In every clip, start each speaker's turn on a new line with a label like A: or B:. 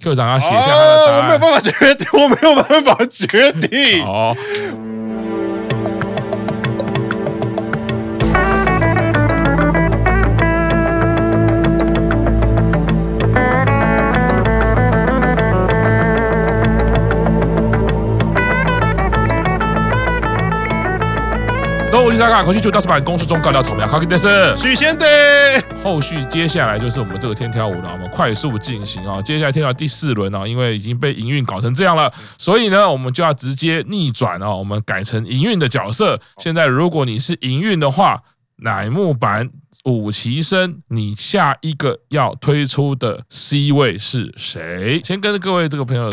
A: Q 长要写下他的答
B: 啊我没有
A: 案。
B: 办法决定，我没有办法决定。
A: 哦，那我就在干，口气就到是把公司中告掉草莓啊，卡给电视。
B: 许仙的
A: 后续接下来就是我们这个天条舞了，我们快速进行啊。接下来天条第四轮啊，因为已经被营运搞成这样了，所以呢，我们就要直接逆转啊，我们改成营运的角色。现在如果你是营运的话，乃木坂武崎生，你下一个要推出的 C 位是谁？先跟各位这个朋友。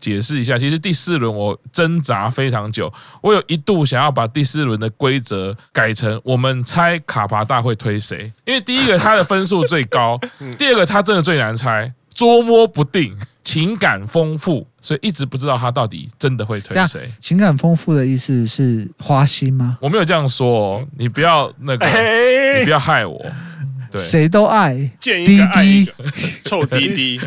A: 解释一下，其实第四轮我挣扎非常久，我有一度想要把第四轮的规则改成我们猜卡牌大会推谁，因为第一个他的分数最高，第二个他真的最难猜，捉摸不定，情感丰富，所以一直不知道他到底真的会推
C: 等一下
A: 谁。
C: 情感丰富的意思是花心吗？
A: 我没有这样说哦，你不要那个，你
B: 哎
A: 不，要害我。对，
C: 谁都爱，
B: 见一
C: 滴
B: 个爱一
C: 滴
B: 个，臭滴滴，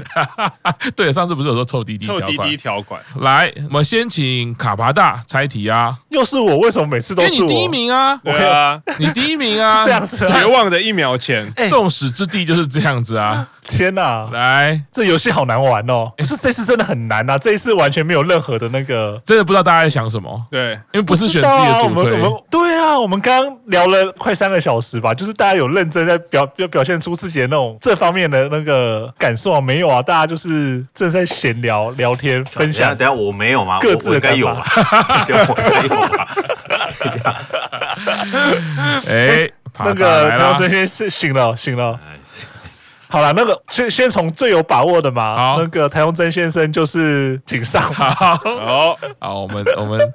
A: 对，上次不是有说臭滴滴条
B: 臭滴
A: 款
B: 滴？条款，
A: 来，我们先请卡巴大猜题啊，
D: 又是我，为什么每次
A: 因
D: 都
A: 为
D: 是
A: 你
D: 我？
A: 第一名 啊，
B: 对啊，
A: 你第一名啊，
D: 是这样子啊
B: 绝望的一秒前，
D: 哎
A: 众矢之的就是这样子啊。
D: 天哪、
A: 来，
D: 这游戏好难玩哦！可是这次真的很难啊，这一次完全没有任何的那个。
A: 真的不知道大家在想什么，
B: 对，
A: 因为不是选自
D: 知道
A: 己
D: 啊
A: 的
D: 我
A: 主
D: 们我
A: 推。
D: 们对啊，我们刚刚聊了快三个小时吧，就是大家有认真在表表表现出自己的那种这方面的那个感受啊，没有啊？大家就是正在闲聊、聊天、
E: 等
D: 分
E: 一下，
D: 享。
E: 等一下，我没有吗？
D: 各自的
E: 我我该有吧？ 我该有吧？
A: 哎，爬 爬
D: 那个
A: 来啦
D: 唐老师先是醒了，醒了。
E: 哎
D: 好了，那个先先从最有把握的嘛
A: 好，
D: 那个台风真先生就是井上
A: 好
B: 好，
A: 好，我们我们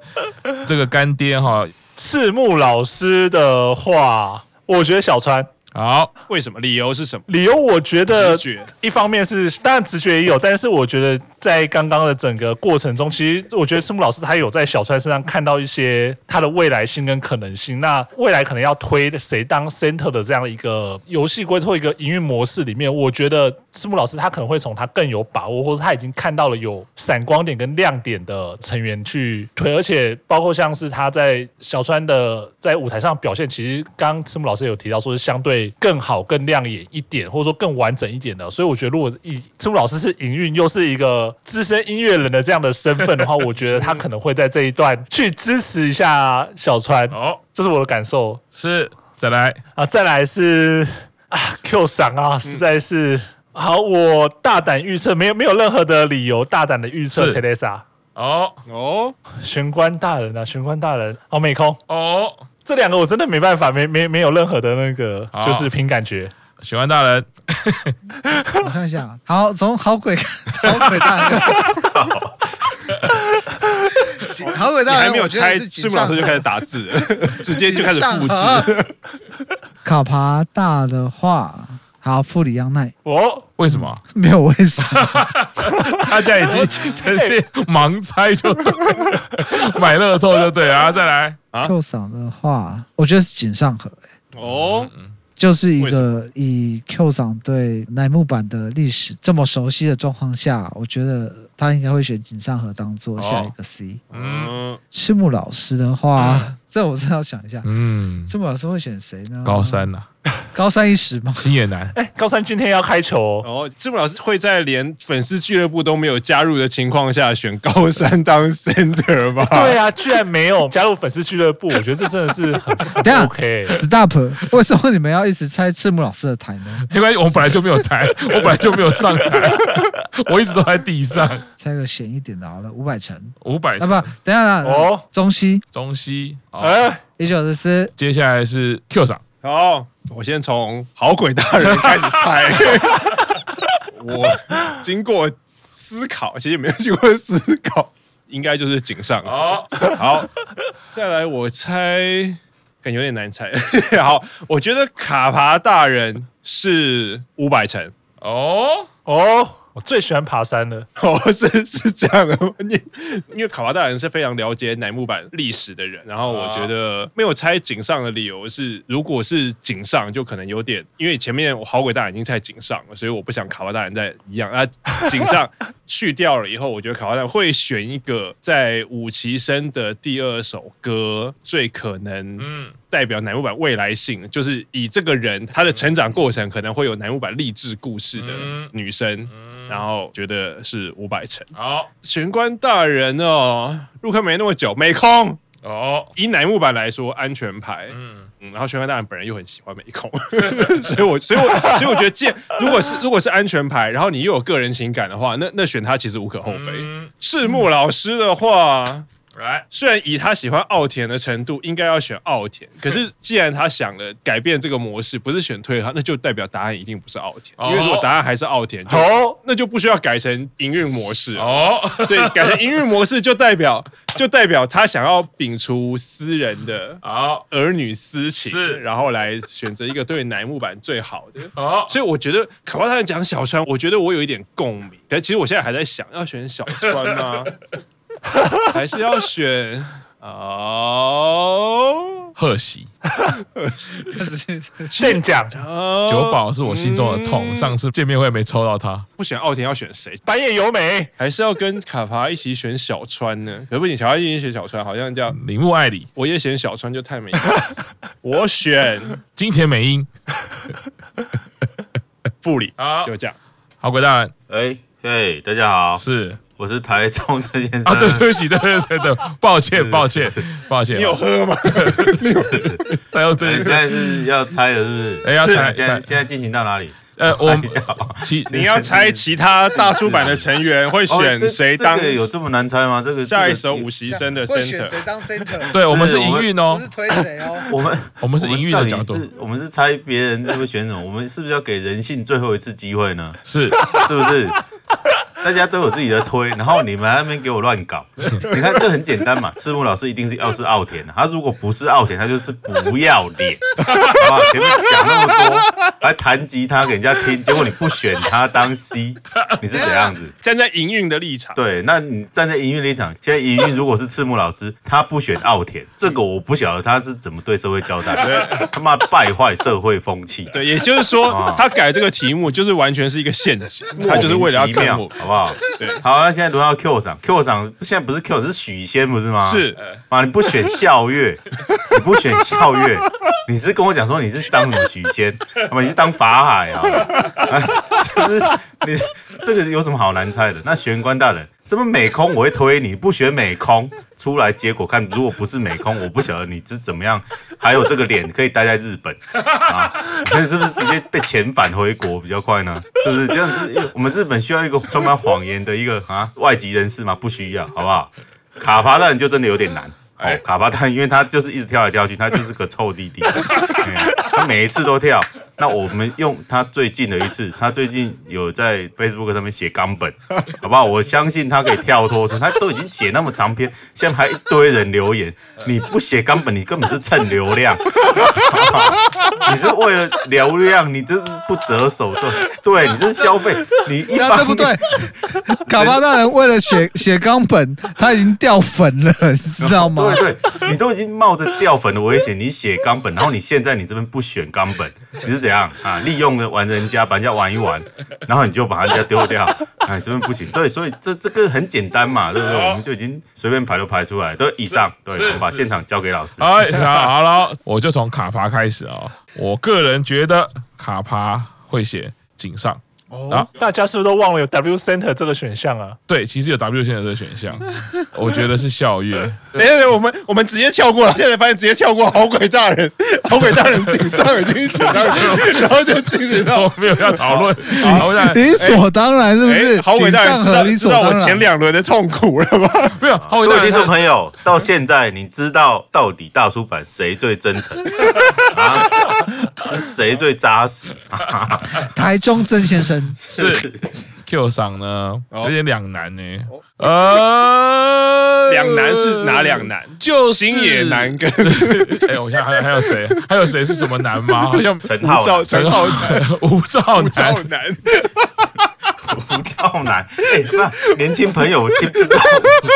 A: 这个干爹哈，
D: 赤木老师的话，我觉得小川
A: 好，
B: 为什么？理由是什么？
D: 理由，我觉得
B: 直觉
D: 一方面是当然直觉也有，但是我觉得在刚刚的整个过程中，其实我觉得赤木老师他有在小川身上看到一些他的未来性跟可能性。那未来可能要推谁当 center 的这样的一个游戏规则或一个营运模式里面，我觉得赤木老师他可能会从他更有把握，或者他已经看到了有闪光点跟亮点的成员去推，而且包括像是他在小川的在舞台上表现，其实刚刚赤木老师有提到说是相对更好、更亮眼一点，或者说更完整一点的。所以我觉得，如果以赤木老师是营运又是一个资深音乐人的这样的身份的话，我觉得他可能会在这一段去支持一下小川，
A: 好
D: 这是我的感受
A: 是再来，
D: 啊。再来是啊 Q 赏啊，实在是。好，我大胆预测，没有没有任何的理由，大胆的预测
A: 是
D: Teresa
A: 哦
B: 哦，
D: 玄关大人啊，玄关大人，好美空，
A: 哦，
D: 这两个我真的没办法，没没没有任何的那个，
A: 好
D: 就是凭感觉。
A: 喜欢大人，
C: 我看一下，好，从好鬼 好鬼大 人开始，好鬼
B: 你
C: 大人
B: 还没有
C: 我觉得
B: 猜，
C: 是
B: 赤
C: 井
B: 木老
C: 上
B: 师就开始打字了， 直接啊就开始复制。
C: 制。卡帕大的话，好，富里央奈
D: 哦，
A: 为什么？
C: 没有为什么，
A: 大家已 经呈现盲猜就对 了，买乐透就对啊。再来，
B: 啊
C: 扣嗓的话，我觉得是井上和、欸
B: 哦，
C: 就是一
B: 为什
C: 个以 Q 赏对乃木坂的历史这么熟悉的状况下，我觉得他应该会选井上和当做下
B: 哦
C: 一个 C。
A: 嗯
B: 嗯，
C: 赤木老师的话，这我真的要想一下，
A: 嗯，
C: 赤木老师会选谁呢？
A: 高，三呐，
C: 高山一石吗？
A: 新野男，
D: 高三今天要开球哦、
B: 哦，赤木老师会在连粉丝俱乐部都没有加入的情况下选高山当 center 吧？
D: 对啊，居然没有 加入粉丝俱乐部，我觉得这真的是很
C: 等一下
D: OK。
C: Stop！为什么你们要一直猜赤木老师的台呢？
A: 没关系，我本来就没有台，我本来就没有上台，我一直都在地上。
C: 猜个险一点的好了，五百城
A: 五百
C: 啊不，等一下
D: 哦
C: 哦，中西
A: 中西，哦，
D: 哎、
C: 一九四四，
A: 接下来是 Q 赏，
B: 好，我先从好鬼大人开始猜。我经过思考，其实没有经过思考，应该就是井上。
A: 好，
B: 好，再来我猜，感觉有点难猜。 好，我觉得卡爬大人是五百层。
A: 哦。
D: 哦，我最喜欢爬山了。
B: 哦，是是这样的，你 因为卡巴大人是非常了解乃木坂历史的人，然后我觉得没有猜井上的理由是，如果是井上，就可能有点，因为前面我好鬼大人已经猜井上了，所以我不想卡巴大人再一样啊，井上去掉了以后，我觉得卡巴大人会选一个在武崎生的第二首歌最可能，
A: 嗯
B: 代表乃木坂未来性，就是以这个人他的成长过程可能会有乃木坂励志故事的
A: 嗯
B: 女生，然后觉得是五百成
A: 好
B: 玄关大人哦，入坑没那么久，没空。
A: 哦，
B: 以乃木坂来说，安全牌，
A: 嗯，
B: 嗯，然后玄关大人本人又很喜欢美空， 所以我所以我所以我觉得见如果是如果是安全牌，然后你又有个人情感的话，那那选他其实无可厚非。
A: 嗯
B: 赤木老师的话，
A: 来，
B: 虽然以他喜欢奥田的程度，应该要选奥田，可是既然他想了改变这个模式，不是选退他，那就代表答案一定不是奥田，因为如果答案还是奥田，就
D: 哦，
B: 那就不需要改成营运模式了。
A: 哦，
B: 所以改成营运模式，就代表就代表他想要摒除私人的
A: 好，
B: 儿女私
A: 是
B: 情，然后来选择一个对乃木坂最好的。
A: 好，
B: 所以我觉得卡巴他人讲小川，我觉得我有一点共鸣。但其实我现在还在想，要选小川吗？ 还是要选哦？
A: 贺喜
D: 店长
B: 哦
A: 九保是我心中的痛，
B: 嗯
A: 上次见面会没抽到他，
B: 不选奥田，要选谁？
D: 板野由美，
B: 还是要跟卡巴一起选小川呢？可不行，小川一起选小川，好像叫
A: 铃木爱里、
B: 我也选小川就太没意思。我选
A: 金田美英、
B: 副理
A: 好，
B: 就这样。
A: 好鬼大人
E: 哎嘿，大家好，
A: 是
E: 我是台中郑先生。
A: 啊，对，对不起，对对对对，抱歉，抱歉，抱歉
B: 你，有喝吗？
A: 还有
E: 哎
A: 这
E: 现在是要猜了，是不是？
A: 哎要
E: 是
A: 猜
E: 现在
A: 猜
E: 现在进行到哪里？
A: 呃，我
E: 一下哦
A: 其
B: 你要猜其他大叔版的成员会
E: 哦
B: 选
E: 这
B: 谁
E: 这
B: 当
E: 个有这么难猜吗？这个
B: 下一
E: 这
B: 首
E: 个
B: 五席生的
C: 会选
B: center？
C: 谁当 center，
A: 对我们是
E: 是我
A: 营
E: 们
A: 运
C: 不
A: 哦
C: 是，推谁哦。
E: 我们
A: 我们是营运的角度
E: 我们到底是我们是猜别人会不会选什么？我们是不是要给人性最后一次机会呢？
A: 是
E: 是不是？大家都有自己的推，然后你们还在那边给我乱搞，你看这很简单嘛。赤木老师一定是要是奥田啊的，他如果不是奥田，他就是不要脸，好吧？前面讲那么多，还弹吉他给人家听，结果你不选他当 C，你是怎样子？
B: 站在营运的立场，
E: 对，那你站在营运立场，现在营运如果是赤木老师，他不选奥田，这个我不晓得他是怎么对社会交代的，他妈败坏社会风气，
B: 对，也就是说
E: 啊，
B: 他改这个题目就是完全是一个陷阱，
E: 莫
B: 他就是为了要
E: 名其
B: 干
E: 妙
B: 我。
E: 好不好？
B: 对
E: 好，那现在轮到 Q 赏，Q 赏现在不是 Q 是许仙不是吗？
B: 是
E: 啊，你不选笑 月，你不选笑月，你是跟我讲说你是当什么许仙，那么你是当法海啊？就是你这个有什么好难猜的？那玄关大人，什么美空我会推你，不选美空出来，结果看如果不是美空，我不晓得你是怎么样，还有这个脸可以待在日本 啊？那是不是直接被遣返回国比较快呢？是不是这样子？我们日本需要一个充满谎言的一个 啊外籍人士吗？不需要，好不好？卡巴大人就真的有点难。哦，卡巴蛋，因为他就是一直跳来跳去，他就是个臭弟弟，嗯他每一次都跳。那我们用他最近的一次，他最近有在 Facebook 上面写冈本，好不好？我相信他可以跳脱出，他都已经写那么长篇，下面还一堆人留言，你不写冈本，你根本是蹭流量，你是为了流量，你这是不择手段，对，你这是消费，你 一
C: 那
E: 般
C: 这不对，卡巴大人为了写写冈本，他已经掉粉了， 你知道吗？
E: 对对，你都已经冒着掉粉的危险，你写冈本，然后你现在你这边不选冈本，你是怎样啊？利用了玩人家，把人家玩一玩，然后你就把人家丢掉，哎，这边不行。对，所以这这个很简单嘛，对不对？我们就已经随便排都排出来。对，以上，对，
A: 是
E: 我们把
A: 是
E: 现场交给老师。
A: 哎，好好了，我就从卡爬开始啊、我个人觉得卡爬会写井上，
C: 哦，
D: 大家是不是都忘了有 W Center 这个选项啊？
A: 对，其实有 W 线的这个选项，我觉得是笑月。
B: 等一下，等一下我们我们直接跳过了，现在发现直接跳过好鬼大人，好鬼大人井上已经写上去，然后就进行到
A: 我没有要讨论，好，那
C: 理所当然是不是？
B: 啊哎，好伟大人知
C: 井上和
B: 道
C: 理
B: 知
C: 所
B: 道
C: 当
B: 我
C: 然。
B: 前两轮的痛苦了吧？
A: 没有好
E: 各位
A: 伟
E: 听众
A: 大
E: 朋友，到现在你知道到底大叔版谁最真 诚啊？是谁最扎实？
C: 台中曾先生，
A: 是 Q 上呢，
B: 哦
A: 有点两难呢、呃，
B: 两难是哪两难？
A: 就是
B: 星野难跟
A: 哎、我想还有还有谁？还有谁是什么难吗？好像
E: 陈浩
B: 吴兆
E: 南，
B: 陈
A: 吴兆南
B: 浩南吴兆。南，
E: 吴兆南，哎、那年轻朋友听不知道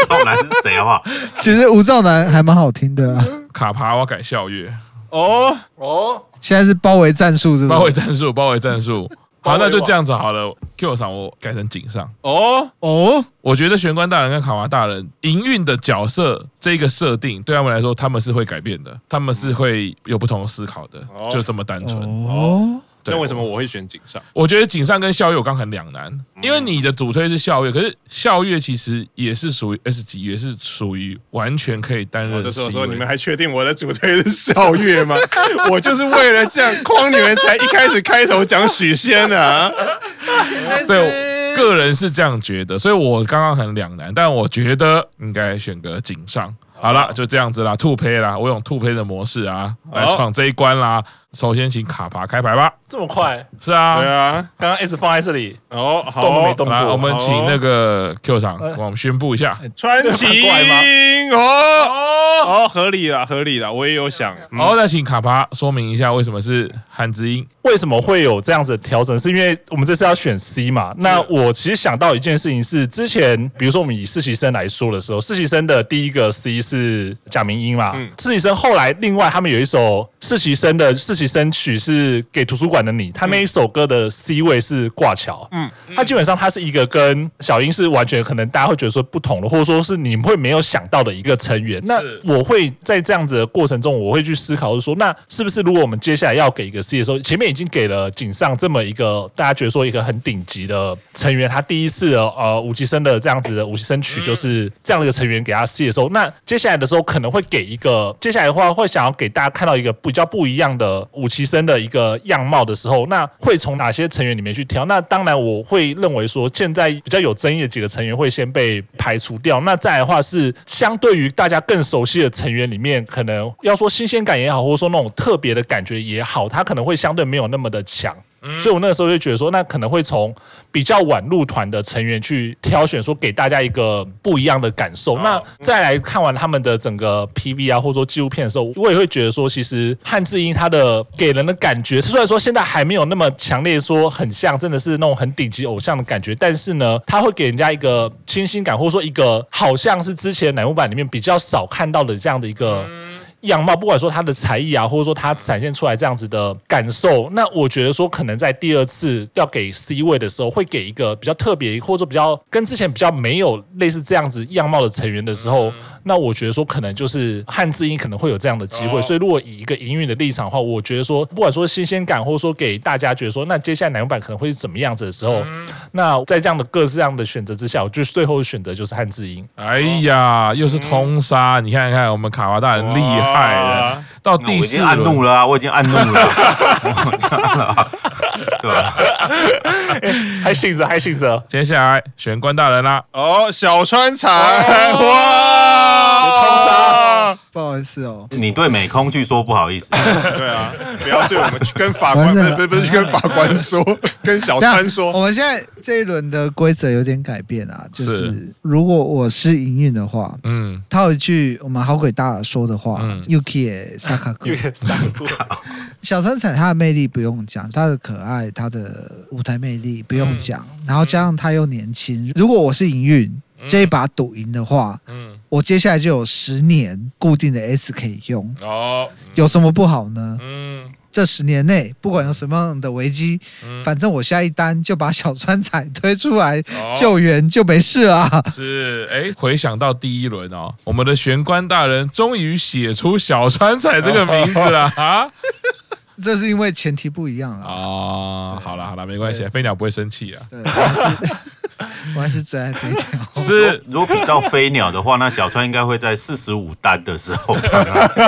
E: 吴兆南是谁好不好？
C: 其实吴兆南还蛮好听的、啊，
A: 卡帕瓦改校乐，
B: 哦，
D: 哦，
C: 现在是包围战术，对不对？
A: 包围战术，包围战术。
D: 包
A: 好，
D: 围
A: 那就
D: 网
A: 这样子好了。Q 上我改成井上。
B: 哦，
C: 哦，
A: 我觉得玄关大人跟卡娃大人营运的角色这个设定，对他们来说，他们是会改变的，他们是会有不同的思考的
B: 哦，
A: 就这么单纯。
C: 哦，
A: 对
B: 那为什么我会选井上？
A: 我觉得井上跟校乐我刚很两难，
B: 嗯
A: 因为你的主推是校乐，可是校乐其实也是属于 S 级，也是属于完全可以担
B: 我
A: 任
B: 哦就
A: C
B: 说说你们
A: 位。
B: 还确定我的主推是校乐吗？ 我就是为了这样诓你们，才一开始开头讲许仙的啊！
A: 对，我个人是这样觉得，所以我刚刚很两难，但我觉得应该选个井上。好了，就这样子啦，兔胚啦，我用兔胚的模式啊来
B: 好
A: 闯这一关啦。首先请卡牌开牌吧，
D: 这么快，
A: 是啊，
B: 对啊，
D: 刚刚一直放在这里，
B: 哦，
D: 动
B: 好
D: 没，动
A: 来，
D: 过？
A: 我们请那个 Q 厂，
D: 呃
A: 我们宣布一下。
B: 川崎
D: 怪吗
B: 英哦，
A: 哦，
B: 哦，合理啦，合理啦，我也有想，嗯
A: 好，那请卡巴说明一下为什么是汉字音。
D: 为什么会有这样子的调整？是因为我们这次要选 C 嘛？那我其实想到一件事情是，之前比如说我们以实习生来说的时候，实习生的第一个 C 是贾明英嘛，实习生后来另外他们有一首实习生的实习生曲是给图书馆的你，他那一首歌的 C 位是挂桥，嗯，它基本上它是一个跟小英是完全可能大家会觉得说不同的，或者说是你会没有想到的一个成员。那
A: 是
D: 我会在这样子的过程中，我会去思考，就是说，那是不是如果我们接下来要给一个 C 的时候，前面已经给了井上这么一个大家觉得说一个很顶级的成员，他第一次的呃五级生的这样子的五级生曲就是这样的一个成员给他 C 的时候，那接下来的时候可能会给一个接下来的话会想要给大家看到一个比较不一样的五级生的一个样貌的时候，那会从哪些成员里面去挑？那当然我会认为说，现在比较有争议的几个成员会先被排除掉。那再来的话是，相对于大家更熟悉的成员里面，可能要说新鲜感也好，或者说那种特别的感觉也好，它可能会相对没有那么的强。所以我那个时候就觉得说，那可能会从比较晚入团的成员去挑选，说给大家一个不一样的感受。那再来看完他们的整个 PV 啊，或者说纪录片的时候，我也会觉得说，其实汉字音它的给人的感觉，虽然说现在还没有那么强烈，说很像真的是那种很顶级偶像的感觉，但是呢，它会给人家一个清新感，或者说一个好像是之前乃木坂里面比较少看到的这样的一个。样貌，不管说他的才艺啊，或者说他展现出来这样子的感受，那我觉得说可能在第二次要给 C 位的时候，会给一个比较特别，或者说比较跟之前比较没有类似这样子样貌的成员的时候，那我觉得说可能就是汉字音可能会有这样的机会。
A: 哦
D: 所以如果以一个营运的立场的话，我觉得说不管说新鲜感，或者说给大家觉得说那接下来男版可能会是怎么样子的时候，那在这样的各式各样的选择之下，我就是最后的选择就是汉字音。
A: 哎呀，又是通杀！你看看我们卡巴大人厉害了
B: 哇，
A: 到
E: 那我
A: 第
E: 已
A: 四
E: 经按怒
A: 轮，
E: 了啊，我已经按怒了，我知道了， 对吧？
D: 还醒着，还醒着，
A: 接下来选关大人啦。
B: 哦，小川彩
E: 哦
B: 哇，
C: 不好意思哦，
E: 你对美空据说不好意思，
B: 对啊，不要对我们去跟法官，不是不是不是去跟法官说，跟小
C: 这样
B: 川说，
C: 我们现在这一轮的规则有点改变啊，就是
A: 是
C: 如果我是营运的话，
A: 嗯，
C: 他有一句我们好鬼大耳说的话、
A: 嗯
C: y u k i Sakaku，
D: 三步。
C: 小川彩她的魅力不用讲，她的可爱，她的舞台魅力不用讲，
A: 嗯
C: 然后加上她又年轻，如果我是营运这一把赌赢的话，
A: 嗯，
C: 我接下来就有十年固定的 S 可以用，
A: 哦，
C: 有什么不好呢？
A: 嗯，
C: 这十年内不管有什么样的危机，
A: 嗯
C: 反正我下一单就把小川彩推出来
A: 哦
C: 救援就没事啦。
A: 是哎，回想到第一轮哦，我们的玄关大人终于写出小川彩这个名字 了啊！
C: 这是因为前提不一样啦。
A: 哦，好了好了，没关系，飞鸟不会生气啊。
C: 对，我还是我还是真爱飞鸟。
A: 是
E: 如果比照飞鸟的话，那小川应该会在四十五单的时候帮 他死。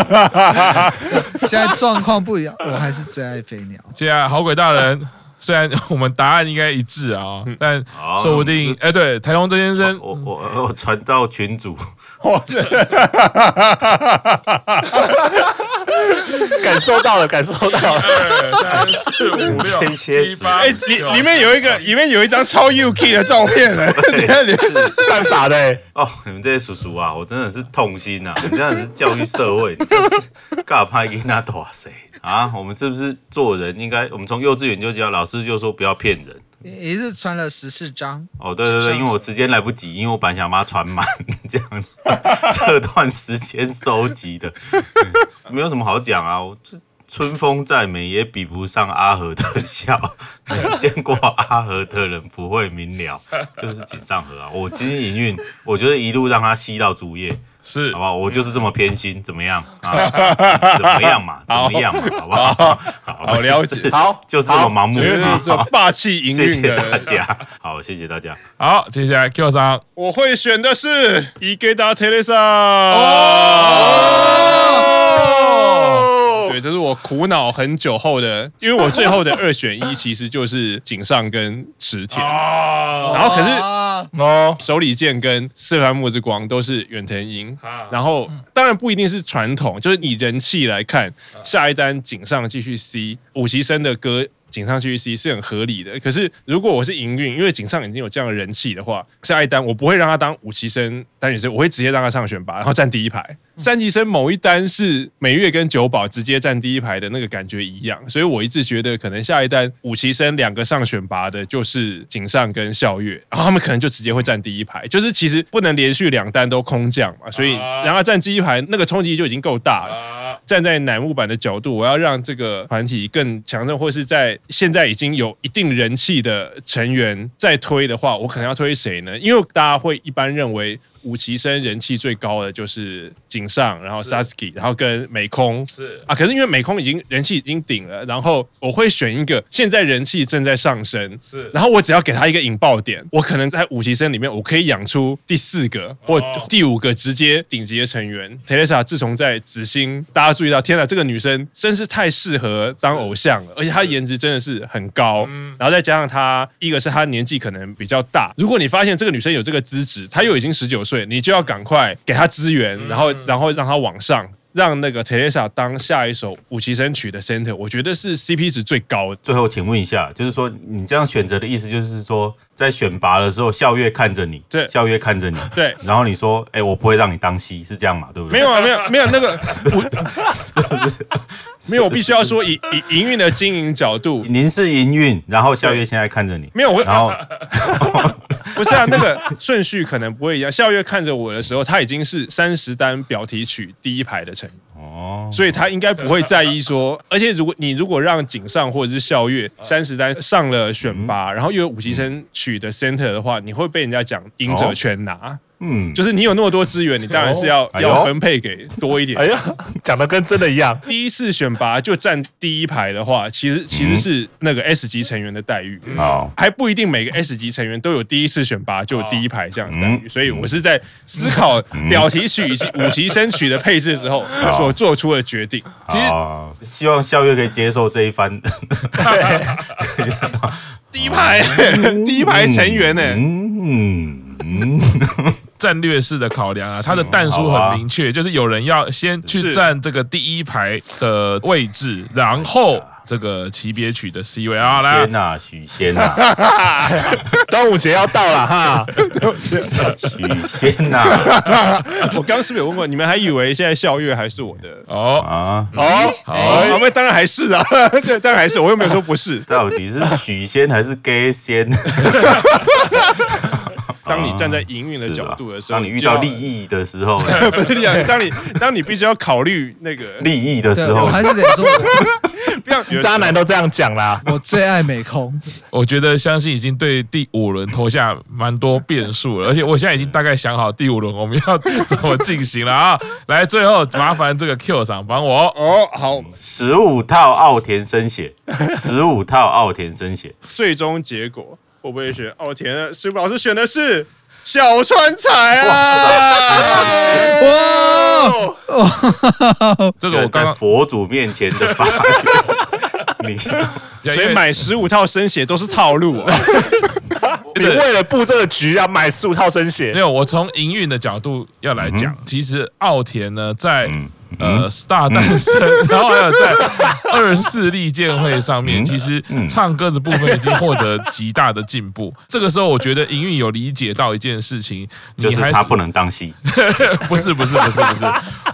C: 现在状况不一样，我还是最爱飞鸟。
A: 接下来好鬼大人，虽然我们答案应该一致啊，但
E: 好
A: 说不定哎，对，台中郑先生
E: 我我我传到群主，
D: 感受到了，感受到了。
A: 二三四五六七八，
B: 哎，里
E: 啊
B: 里面有一个，里面有一张超 UK 的照片 呢，你看你
D: 犯法的、欸，
E: 哦，你们这些叔叔啊，我真的是痛心呐、啊！你这样子是教育社会，你这是干嘛拍给那多谁？啊，我们是不是做人应该？我们从幼稚园就教老师就说不要骗人。
C: 也是穿了十四张，
E: 哦，对对对，因为我时间来不及，因为我本来想把它传满，这样 子这段时间收集的，嗯没有什么好讲啊。我这春风再美也比不上阿和的笑， 没见过阿和的人不会明了，就是井上和啊。我今天营运，我就是一路让他吸到竹叶，
A: 是
E: 好不好？我就是这么偏心，怎么样啊？怎么样 嘛？怎么样嘛？好不好？ 好
B: 好了解，
D: 好，
E: 就是这么盲目
B: 觉得你这
E: 好
B: 霸气营
E: 啊谢
B: 运
E: 谢大
B: 的
E: 家，好，谢谢大家。
A: 好，接下来 Q 三，
B: 我会选的是伊给达特蕾莎。
A: 哦，
B: 对，这是我苦恼很久后的，因为我最后的二选一其实就是井上跟池田，
A: 啊，
B: 然后可是
C: 啊
D: 哦，
B: 手里剑跟四番木之光都是远藤英，
A: 啊
B: 然后当然不一定是传统，就是以人气来看，下一单井上继续 C，武崎生的歌。井上继续 C 是很合理的，可是如果我是营运，因为井上已经有这样的人气的话，下一单我不会让他当武崎生单女生，我会直接让他上选拔，然后
A: 嗯
B: 站第一排。三级生某一单是美月跟九保直接站第一排的那个感觉一样，所以我一直觉得可能下一单武崎生两个上选拔的就是井上跟孝月，然后他们可能就直接会站第一排，就是其实不能连续两单都空降嘛，所以
A: 啊
B: 然后站第一排那个冲击就已经够大了。
A: 啊
B: 站在乃木坂的角度，我要让这个团体更强盛，或是在现在已经有一定人气的成员再推的话，我可能要推谁呢？因为大家会一般认为武崎生人气最高的就是井上，然后 Sasuke，然后跟美空
A: 是
B: 啊，可是因为美空已经人气已经顶了，然后我会选一个现在人气正在上升，
A: 是
B: 然后我只要给他一个引爆点，我可能在五级生里面，我可以养出第四个或
A: 哦
B: 第五个直接顶级的成员。Teresa 自从在紫星，大家注意到，天哪，这个女生真是太适合当偶像了，而且她颜值真的是很高。
A: 嗯
B: 然后再加上她，一个是她年纪可能比较大，如果你发现这个女生有这个资质，她又已经十九岁，你就要赶快给她资源，
A: 嗯
B: 然后然后让她往上。让那个 Teresa 当下一首五崎生曲的 center，我觉得是 CP 值最高的。
E: 最后，请问一下，就是说你这样选择的意思，就是说在选拔的时候，校月看着你，
B: 对
E: 校月看着你，
B: 对
E: 然后你说，哎、我不会让你当西，是这样嘛？对不对？
B: 没有啊，没有没有那个，我没有，我必须要说以以营运的经营角度，
E: 您是营运，然后校月现在看着你，
B: 没有我
E: 然 后
B: 不是啊，那个顺序可能不会一样。校月看着我的时候，他已经是三十单表题曲第一排的成员，
E: 哦，
B: 所以他应该不会在意说。而且如果你如果让井上或者是校月
E: 哦
B: 三十单上了选拔，
E: 嗯
B: 然后又有五级生曲的 center 的话，你会被人家讲赢
E: 哦
B: 者全拿，
E: 嗯，
B: 就是你有那么多资源，你当然是要
E: 哎呦
B: 要分配给多一点
D: 哎。呀，讲的跟真的一样，
B: 第一次选拔就站第一排的话，其实其实是那个
E: 嗯
B: S 级成员的待遇。
E: 好，
B: 还不一定每个 S 级成员都有第一次选拔就第一排这样的待
E: 嗯
B: 遇，所以我是在思考表题 曲以及五级声曲的配置之后
E: 哦
B: 所做出的决定。
A: 其实
E: 好啊希望校月可以接受这一番
B: 第一排， 第一排成员呢、
E: 嗯嗯，
A: 战略式的考量啊，他
D: 嗯
A: 的弹书很明确，就是有人要先去
B: 是
A: 占这个第一排的位置，然
D: 哎
A: 后这个级别曲的 C 位啊，来
E: 轩呐，许仙啊呐，
D: 端午节要到了哈，
E: 许仙啊呐，
B: 我刚是不是有问过？你们还以为现在校乐还是我的？
A: 哦，
E: 啊。
D: 哦，
B: 哦，那、当然还是啊， 对，当然还是，我又没有说不是。
E: 到底是许仙还是 gay 仙？
B: 当你站在营运的角度的时候，
E: 哦当你遇到利
B: 就要，
E: 益的时候，
B: 不是利益，当你当你必须要考虑那 个
E: 利益的
C: 对，
E: 时候
C: 我，还是得说我，
B: 不要
D: 渣男都这样讲啦，
C: 我最爱美空，
A: 我觉得相信已经对第五轮投下蛮多变数了，而且我现在已经大概想好第五轮我们要怎么进行了啊！来，最后麻烦这个 Q 赏帮我，
B: 哦，好，
E: 十五套奥田生血，十五套奥田生血，
B: 最终结果会不会选奥田呢？师傅老师选的是小川彩啊！
C: 哇，
A: 这个我刚
E: 在
A: 刚
E: 佛祖面前的发言，你
A: 所
B: 所以买十五套生鞋都是套路哦。
D: 你为了布这个局要买十五套生
A: 没
D: 鞋，
A: 有，我从营运的角度要来
E: 嗯
A: 讲，其实奥田呢，在、呃 Star 诞生，然后还有在二四利剑会上面，
E: 嗯
A: 其实唱歌的部分已经获得极大的进步。这个时候，我觉得营运有理解到一件事情，
E: 就
A: 你
E: 是
A: 还
E: 他不能当戏，
A: 不是不是不是不是，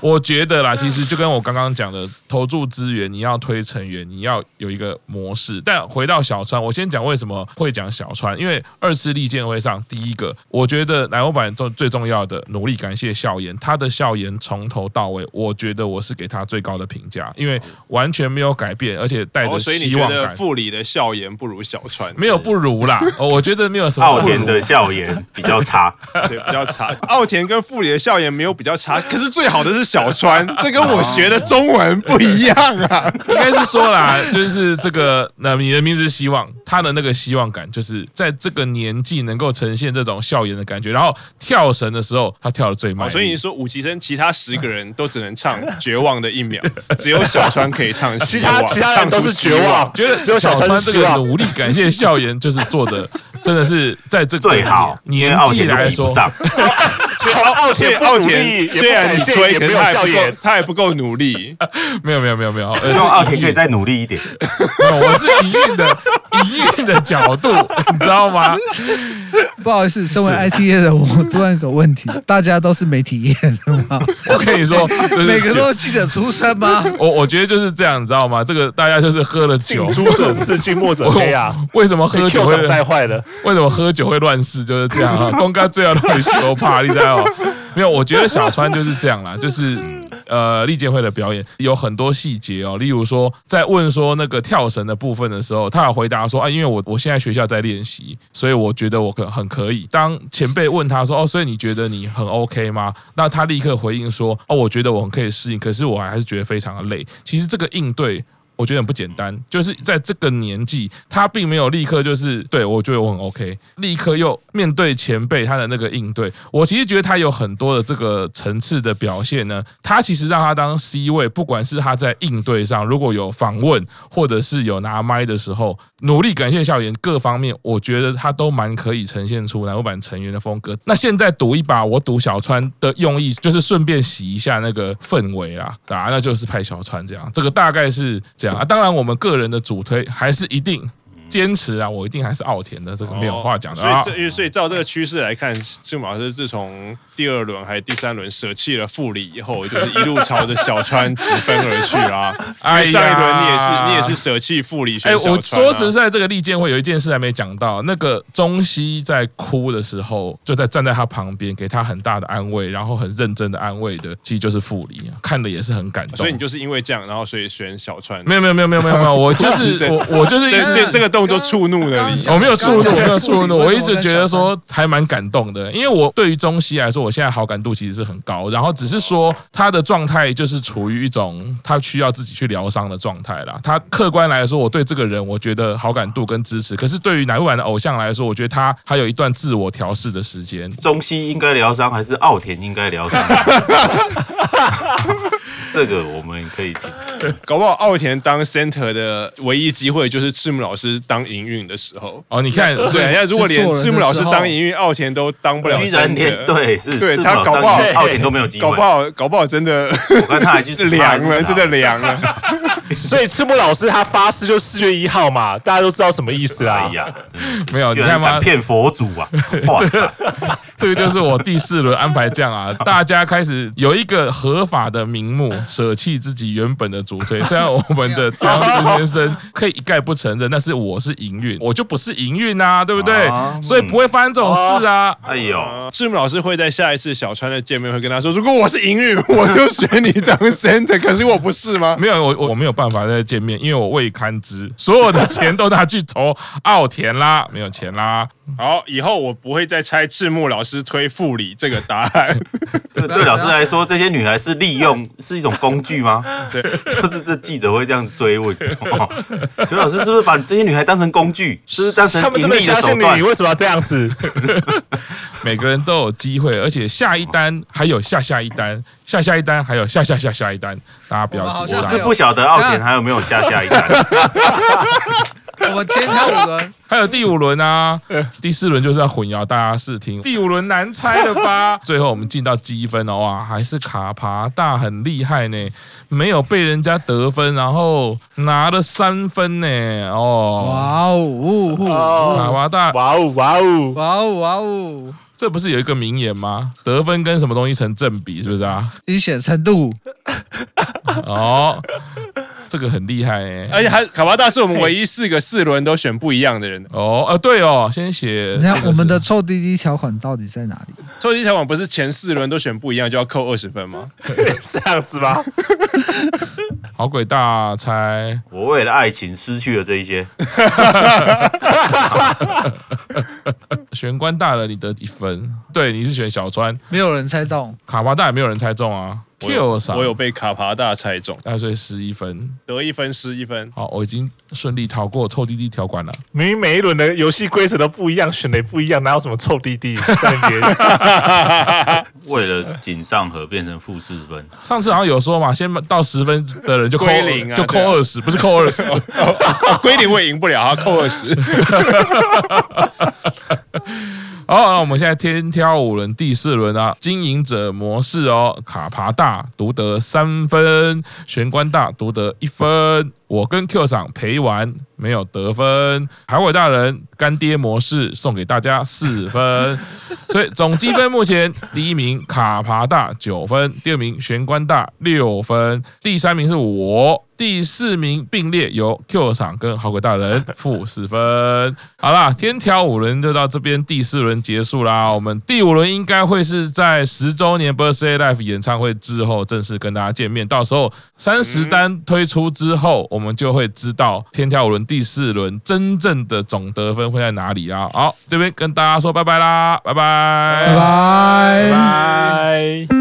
A: 我觉得啦， 其实就跟我刚刚讲的，投注资源，你要推成员，你要有一个模式。但回到小川，我先讲为什么会讲小川，因为二次利剑会上，第一个，我觉得奶油版最最重要的努力，感谢笑颜，他的笑颜从头到尾，我觉得我是给他最高的评价，因为完全没有改变，而且带着
B: 哦，所以你
A: 希
B: 觉
A: 望
B: 得
A: 感。
B: 副理的笑颜不如小川，
A: 没有不如 啦，哦我觉得没有什么
E: 傲
A: 不
E: 田
A: 如。
E: 的笑颜比较差，
B: 对比较差。奥田跟副理的笑颜没有比较差，可是最好的是小川，这跟我学的中文不一样啊。
A: 应该是说啦， 就是这个，那你的名字是希望，他的那个希望感，就是在这个年纪能够呈现这种笑颜的感觉。然后跳绳的时候，他跳的最慢、
B: 哦所以你说五级生其他十个人都只能唱《绝望的一秒》，只有小川可以唱《
D: 其
B: 希
D: 他
B: 望》，
D: 其他
B: 唱
D: 人都
B: 出
D: 是
B: 希
D: 绝
B: 望。
D: 望，
A: 觉得
D: 只有小
A: 川
D: 川
A: 这
D: 是
A: 个
D: 希望。
A: 努力，感谢笑颜，就是做的真的是在这个
E: 最好因为
A: 年
E: 傲
A: 纪
E: 田就
A: 来
E: 比不
A: 说，
E: 上。
D: 好，奥
B: 所以
D: 田不
B: 奥
D: 努力，也
B: 田
D: 不
B: 虽然
D: 感
B: 你
D: 谢，
B: 推，
D: 也
B: 可
D: 没
B: 是
D: 有
B: 他也
D: 笑
B: 不够
D: 颜，，
B: 他也不够努 力。
A: 没有没有没有没有，呃
E: 希望傲田可以再努力一点。
A: 没有我是营运的营运的角度，你知道吗？
C: 不好意思，身为 IT 业的我，突然有个问题，大家都是媒体业 的吗？
A: 我跟你说，就是
C: 每个都是记者出身吗？
A: 我我觉得就是这样，你知道吗？这个大家就是喝了酒
D: 近，朱者赤，近墨者黑 啊！
A: 为什么喝
D: 被
A: 酒
D: Q
A: 会
D: 上带坏了，
A: 为什么喝酒会乱试，就是这样啊。公干最后都很羞怕，你知道吗？没有，我觉得小川就是这样啦，就是呃，历届会的表演有很多细节哦，例如说在问说那个跳绳的部分的时候，他有回答说啊，因为我我现在学校在练习，所以我觉得我可很可以。当前辈问他说哦，所以你觉得你很 OK 吗？那他立刻回应说哦，我觉得我很可以适应，可是我还是觉得非常的累。其实这个应对我觉得很不简单，就是在这个年纪，他并没有立刻就是对我觉得我很 OK，立刻又面对前辈他的那个应对，我其实觉得他有很多的这个层次的表现呢。他其实让他当 C 位，不管是他在应对上如果有访问，或者是有拿麦的时候，努力感谢笑颜各方面，我觉得他都蛮可以呈现出南欧版成员的风格。那现在赌一把，我赌小川的用意就是顺便洗一下那个氛围啦，啊，那就是派小川这样，这个大概是这样啊。当然，我们个人的主推还是一定坚持啊，我一定还是奥田的，这个没有话讲的
B: 嗯所
A: 啊
B: 以。这，所以照这个趋势来看，赤木老师自从第二轮还是第三轮舍弃了副理以后，就是一路朝着小川直奔而去 啊。因
A: 哎呀
B: 为上一轮你也是你也是舍弃副理选
A: 哎，
B: 小川、啊。
A: 我说实在，这个利剑会有一件事还没讲到，那个中西在哭的时候，就在站在他旁边，给他很大的安慰，然后很认真的安慰的，其实就是傅里啊，看的也是很感动。啊
B: 所以你就是因为这样，然后所以选小川。
A: 没有没有没有没有没有没 有，我就
B: 是这
A: 是
B: 样
A: 我我就是
B: 这这这个动作
C: 刚
B: 触怒了你
C: 刚。
A: 我没有触怒，
C: 刚刚
A: 我没有触怒，
C: 为什么
A: 我一直觉得
C: 我
A: 说还蛮感动的，因为我对于中西来说，我现在好感度其实是很高，然后只是说他的状态就是处于一种他需要自己去疗伤的状态啦。他客观来说，我对这个人我觉得好感度跟支持，可是对于乃木坂的偶像来说，我觉得他还有一段自我调试的时间。
E: 中西应该疗伤还是奥田应该 疗伤？这个我们可以请
B: 搞不好奥田当 center 的唯一机会就是赤木老师当营运的时候。
A: 哦，你看， 所
B: 对
A: 以
B: 啊，。那如果连赤木老师当营运，奥田都当不了 center，
E: 居然连对是
B: 对
E: 是
B: 他
E: 老
B: 搞不
E: 张
B: 好
E: 连奥田都没有机会，
B: 搞不好搞不好真的
E: 我看他 还去
B: 凉了，真的凉 了。
D: 所以赤木老师他发誓就是四月一号嘛，大家都知道什么意思啦
E: 哎。呀，真的是
A: 没有
E: 居
A: 你
E: 然
A: 看吗
E: 敢骗佛祖 啊！哇塞，
A: 这个就是我第四轮安排这样啊，大家开始有一个合法的名目，舍弃自己原本的主推。虽然我们的当时先生可以一概不承认，但是我是营运，我就不是营运啊，对不对
E: 啊？
A: 所以不会发生这种事啊。
E: 哎呦，
B: 赤木老师会在下一次小川的见面会跟他说：“如果我是营运，我就选你当 center，可是我不是吗
A: 没有，我我没有办法再见面，因为我未堪知，所有的钱都拿去投奥田啦， 没有钱啦。？”
B: 好，以后我不会再猜赤木老师推副理这个答案。
E: 对对老师来说，这些女孩是利用是一种工 具吗？对，就是这记者会这样追问。哦所以老师是不是把这些女孩当成工具？是不是当成
D: 他们
E: 盈
D: 真的
E: 利的
D: 相
E: 手
D: 信你，
E: 段
D: 你？为什么要这样子？
A: 每个人都有机会，而且下一单还有下下一单，下下一单还有下下下下一单，大家不要
C: 哇好
A: 紧
C: 像
A: 张
E: 我。是不晓得奥田还有没有下下一单。
C: 我们天跳舞 轮，
A: 还有第五轮啊， 第四轮就是要混淆大家视听。第五轮难猜了吧？最后我们进到积分哦，哇，还是卡帕大很厉害呢，没有被人家得分，然后拿了三分呢，哦，
C: 哇哦，呜呼
A: 卡
D: 哦，
A: 帕大
D: 哇哦哇哦！
C: 哇哦哇哦，
A: 这不是有一个名言吗？得分跟什么东西成正比，是不是啊？
C: 你写程度，
A: 哦，这个很厉害哎、
B: 而且还卡巴大是我们唯一四个四轮都选不一样的人。
A: 哦，呃，对哦，先写
C: 你看
A: 这个
C: 我们
A: 是
C: 的臭滴滴条款到底在哪里？
B: 抽筋条款不是前四轮都选不一样就要扣二十分吗？
D: 是这样子吗？
A: 好鬼大猜，
E: 我为了爱情失去了这一些，
A: 玄关大人你得一分，对，你是选小川，
C: 没有人猜中，
A: 卡巴大也没有人猜中啊
B: 我有
A: ，Q 啥？
B: 我有被卡巴大猜中，
A: 大岁十一分，
B: 得一分失一分。
A: 好，我已经顺利逃过臭滴滴条款了。
D: 明明每一轮的游戏规则都不一样，选的也不一样，哪有什么臭弟弟在那边？
E: 为了井上和变成负四分，
A: 上次好像有说嘛，先到十分的人就扣
B: 归零啊
A: 就扣
B: 对啊
A: 二十，不是扣二十。
B: 哦归零我也赢不了，他扣二十。
A: 好，那我们现在天挑五轮第四轮啊，经营者模式哦，卡爬大独得三分，玄关大独得一分，我跟 Q 赏陪玩没有得分，海尾大人干爹模式送给大家四分，所以总积分目前第一名卡爬大九分，第二名玄关大六分，第三名是我。第四名并列由 Q 赏跟好鬼大人负四分。好啦，天条五轮就到这边，第四轮结束啦。我们第五轮应该会是在十周年 Birthday Live 演唱会之后正式跟大家见面。到时候三十单推出之后，我们就会知道天条五轮第四轮真正的总得分会在哪里啊。好，这边跟大家说拜拜啦，拜拜
C: 拜拜
D: 拜。